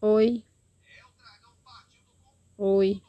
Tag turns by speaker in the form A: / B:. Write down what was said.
A: Oi. Oi.